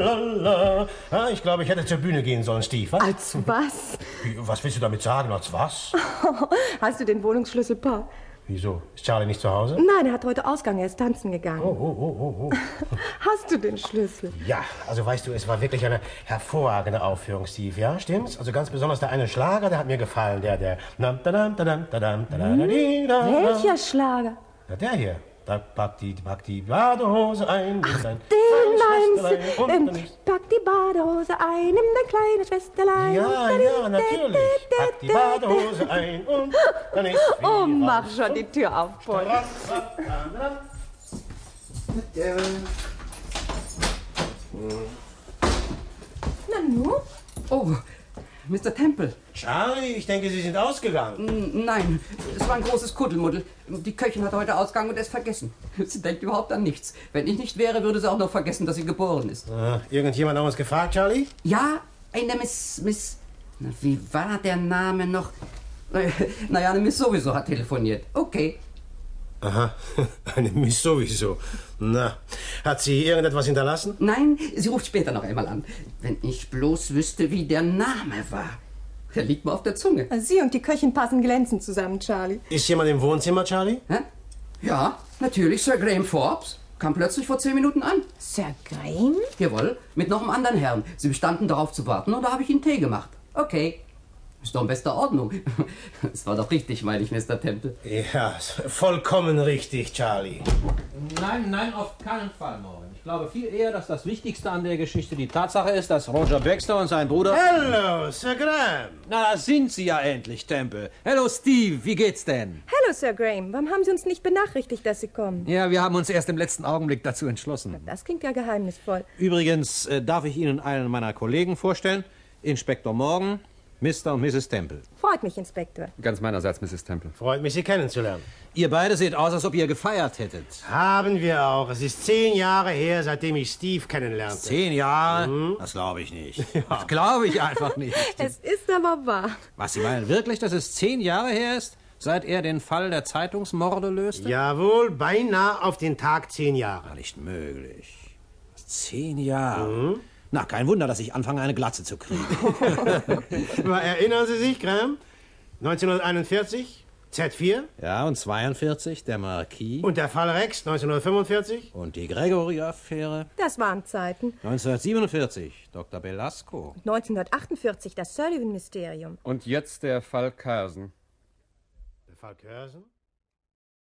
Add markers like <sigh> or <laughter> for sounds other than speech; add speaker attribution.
Speaker 1: Ah, Ich glaube, ich hätte zur Bühne gehen sollen, Steve. Was?
Speaker 2: Als was?
Speaker 1: Wie, Was willst du damit sagen? Als was?
Speaker 2: Hast du den Wohnungsschlüssel, Pa?
Speaker 1: Wieso? Ist Charlie nicht zu Hause?
Speaker 2: Nein, er hat heute Ausgang, er ist tanzen gegangen.
Speaker 1: Oh, oh, oh, oh.
Speaker 2: Hast du den Schlüssel?
Speaker 1: Ja, also weißt du, es war wirklich eine hervorragende Aufführung, Steve, ja? Stimmt's? Also ganz besonders der eine Schlager, der hat mir gefallen, der, der. Welcher?
Speaker 2: Welcher Schlager?
Speaker 1: Ja, der hier. Da packt die, packt die Badehose ein. Ach, dein kleines
Speaker 2: Den meinst du?
Speaker 1: Schwesterlein und
Speaker 2: Ähm,
Speaker 1: dann ist-
Speaker 2: pack die Badehose ein, nimm dein kleines Schwesterlein.
Speaker 1: Ja, ja, natürlich. Packt die Badehose ein und dann ist sie
Speaker 2: <laughs> Oh,
Speaker 1: raus.
Speaker 2: mach schon die Tür auf, Paul. Na nun?
Speaker 3: Oh, Mr. Temple.
Speaker 1: Charlie, ich denke, Sie sind ausgegangen.
Speaker 2: Hm.
Speaker 3: N- Nein, es war ein großes Kuddelmuddel. Die Köchin hat heute Ausgang und es vergessen. Sie denkt überhaupt an nichts. Wenn ich nicht wäre, würde sie auch noch vergessen, dass sie geboren ist.
Speaker 1: Äh, irgendjemand hat uns gefragt, Charlie?
Speaker 3: Ja, eine Miss, Miss... Na, wie war der Name noch? Äh, <laughs> Naja, eine Miss sowieso hat telefoniert. Okay.
Speaker 1: Aha, <laughs> eine Miss sowieso. Na, hat sie irgendetwas hinterlassen?
Speaker 3: Nein, sie ruft später noch einmal an. Wenn ich bloß wüsste, wie der Name war. Der liegt mir auf der Zunge.
Speaker 2: Sie und die Köchin passen glänzend zusammen, Charlie.
Speaker 1: Ist jemand im Wohnzimmer, Charlie?
Speaker 3: Hä? Ja, natürlich, Sir Graham Forbes. Kam plötzlich vor zehn Minuten an.
Speaker 2: Sir Graham?
Speaker 3: Jawohl, mit noch einem anderen Herrn. Sie bestanden darauf zu warten und da habe ich Ihnen Tee gemacht. Okay. Ist doch in bester Ordnung. <laughs> Es war doch richtig, meine ich, Mr. Temple.
Speaker 1: Ja, ist vollkommen richtig, Charlie.
Speaker 4: Nein, nein, auf keinen Fall, Morgan. Ich glaube viel eher, dass das Wichtigste an der Geschichte die Tatsache ist, dass Roger Baxter und sein Bruder...
Speaker 1: Hello, Sir Graham.
Speaker 4: Na, da sind sie ja endlich, Temple. Hello, Steve, wie geht's denn?
Speaker 2: Hallo, Sir Graham. Warum haben Sie uns nicht benachrichtigt, dass Sie kommen?
Speaker 4: Ja, wir haben uns erst im letzten Augenblick dazu entschlossen.
Speaker 2: Das klingt ja geheimnisvoll.
Speaker 4: Übrigens äh, darf ich Ihnen einen meiner Kollegen vorstellen, Inspektor Morgan, Mr. und Mrs. Temple.
Speaker 2: Freut mich, Inspektor.
Speaker 5: Ganz meinerseits, Mrs. Temple.
Speaker 1: Freut mich, Sie kennenzulernen.
Speaker 4: Ihr beide seht aus, als ob ihr gefeiert hättet.
Speaker 1: Haben wir auch. Es ist zehn Jahre her, seitdem ich Steve kennenlernte.
Speaker 4: Zehn Jahre?
Speaker 5: Mhm.
Speaker 4: Das glaube ich
Speaker 5: <laughs>
Speaker 4: nicht. Das glaube ich einfach nicht.
Speaker 2: Es ist aber wahr.
Speaker 4: Was, Sie meinen wirklich, dass es zehn Jahre her ist, seit er den Fall der Zeitungsmorde löste?
Speaker 1: Jawohl, beinahe auf den Tag zehn Jahre.
Speaker 4: War nicht möglich. Zehn Jahre. Na, kein Wunder, dass ich anfange, eine Glatze zu kriegen.
Speaker 1: Aber Erinnern Sie sich, Graham? 1941, Z4
Speaker 4: <laughs> ja, und 42, der Marquis
Speaker 1: und der Fall Rex 1945.
Speaker 4: und die Gregory-Affäre.
Speaker 2: Das waren Zeiten.
Speaker 4: 1947, Dr. Belasco.
Speaker 2: 1948 das Sullivan-Mysterium.
Speaker 5: Und jetzt der Fall Carson.
Speaker 1: Der Fall Körsen.